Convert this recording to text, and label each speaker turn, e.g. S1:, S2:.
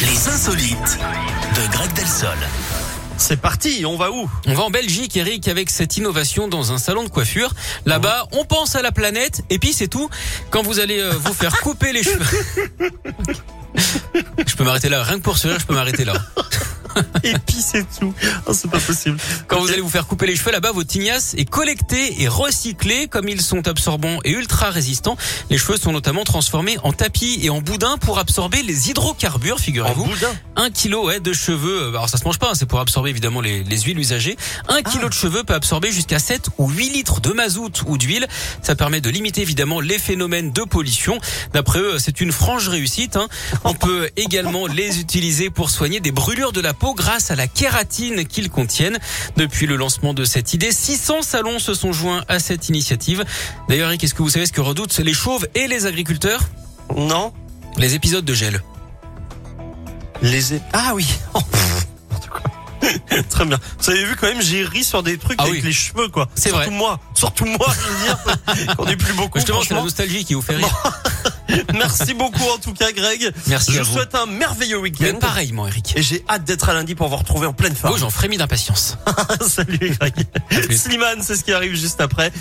S1: Les insolites de Greg Delsol.
S2: C'est parti, on va où
S3: On va en Belgique, Eric, avec cette innovation dans un salon de coiffure. Là-bas, on pense à la planète et puis c'est tout. Quand vous allez euh, vous faire couper les cheveux, je peux m'arrêter là. Rien que pour ce rire, je peux m'arrêter là.
S2: Et puis c'est tout. Oh, c'est pas possible.
S3: Quand vous allez vous faire couper les cheveux là-bas, vos tignasses est collecté et recyclé. Comme ils sont absorbants et ultra résistants, les cheveux sont notamment transformés en tapis et en boudin pour absorber les hydrocarbures,
S2: En
S3: figurez-vous.
S2: boudin.
S3: Un kilo ouais, de cheveux, euh, alors ça se mange pas, hein, c'est pour absorber évidemment les, les huiles usagées. Un kilo de cheveux peut absorber jusqu'à 7 ou 8 litres de mazout ou d'huile. Ça permet de limiter évidemment les phénomènes de pollution. D'après eux, c'est une franche réussite. hein. On peut également les utiliser pour soigner des brûlures de la peau grâce à la kératine qu'ils contiennent. Depuis le lancement de cette idée, 600 salons se sont joints à cette initiative. D'ailleurs, Eric, est-ce que vous savez ce que redoutent les chauves et les agriculteurs
S2: Non.
S3: Les épisodes de gel.
S2: Les é- Ah oui. Oh, pff, n'importe quoi. Très bien. Vous avez vu quand même, j'ai ri sur des trucs
S3: Ah
S2: avec
S3: oui.
S2: les cheveux quoi.
S3: C'est
S2: Surtout
S3: vrai.
S2: moi. Surtout moi. Je veux dire qu'on est plus beaucoup.
S3: Justement, c'est la
S2: franchement.
S3: nostalgie qui vous fait rire.
S2: Merci beaucoup en tout cas, Greg.
S3: Merci
S2: Je
S3: à
S2: vous
S3: vous.
S2: souhaite un merveilleux
S3: Mais
S2: week-end.
S3: pareillement, Eric.
S2: Et j'ai hâte d'être à lundi pour vous retrouver en pleine forme.
S3: Oh, j'en frémis d'impatience.
S2: Salut Greg.
S3: plus.
S2: Slimane, c'est ce qui arrive juste après.